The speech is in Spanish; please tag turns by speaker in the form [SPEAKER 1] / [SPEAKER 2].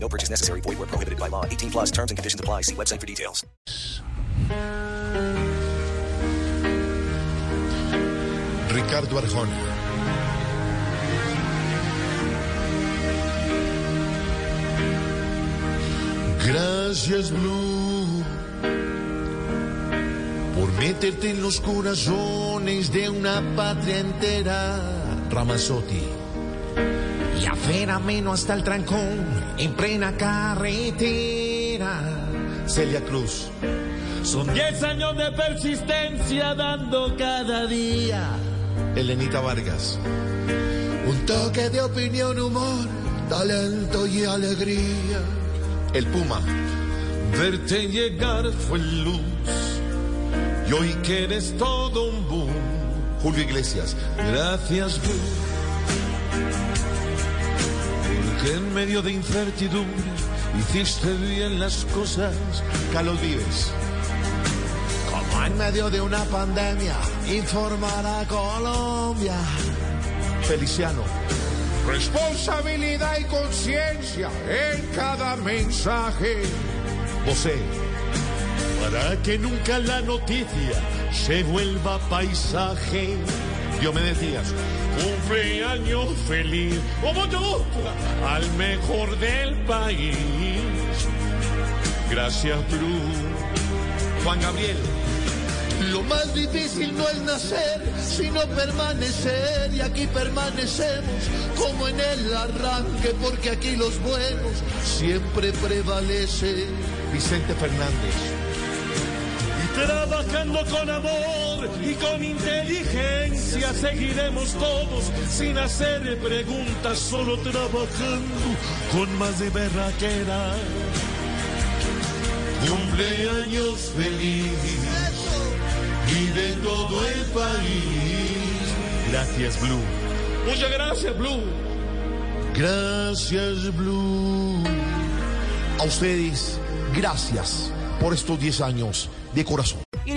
[SPEAKER 1] No purchase necessary. Void where prohibited by law. 18 plus terms and conditions apply. See website for details.
[SPEAKER 2] Ricardo Arjona. Gracias, Blue, por meterte en los corazones de una patria entera, Ramazotti. Y afuera menos hasta el trancón, en plena carretera, Celia Cruz. Son
[SPEAKER 3] 10 años de persistencia dando cada día.
[SPEAKER 2] Elenita Vargas. Un toque de opinión, humor, talento y alegría. El Puma.
[SPEAKER 3] Verte llegar fue luz y hoy que eres todo un boom.
[SPEAKER 2] Julio Iglesias.
[SPEAKER 3] Gracias, Blue. Porque en medio de incertidumbre hiciste bien las cosas.
[SPEAKER 2] Carlos Vives. Como en medio de una pandemia, informar a Colombia. Feliciano.
[SPEAKER 4] Responsabilidad y conciencia en cada mensaje.
[SPEAKER 2] José.
[SPEAKER 3] Para que nunca la noticia se vuelva paisaje.
[SPEAKER 2] Yo me decías.
[SPEAKER 3] Cumpleaños feliz, como yo, al mejor del país. Gracias, Blue.
[SPEAKER 2] Juan Gabriel.
[SPEAKER 4] Lo más difícil no es nacer, sino permanecer. Y aquí permanecemos como en el arranque, porque aquí los buenos siempre prevalecen.
[SPEAKER 2] Vicente Fernández.
[SPEAKER 3] Y trabajando con amor y con inteligencia seguiremos todos sin hacer preguntas, solo trabajando con más de berraquera. Cumpleaños feliz y de todo el país.
[SPEAKER 2] Gracias, Blue.
[SPEAKER 3] Muchas gracias, Blue.
[SPEAKER 2] Gracias, Blue. A ustedes, gracias por estos 10 años de corazón.
[SPEAKER 5] It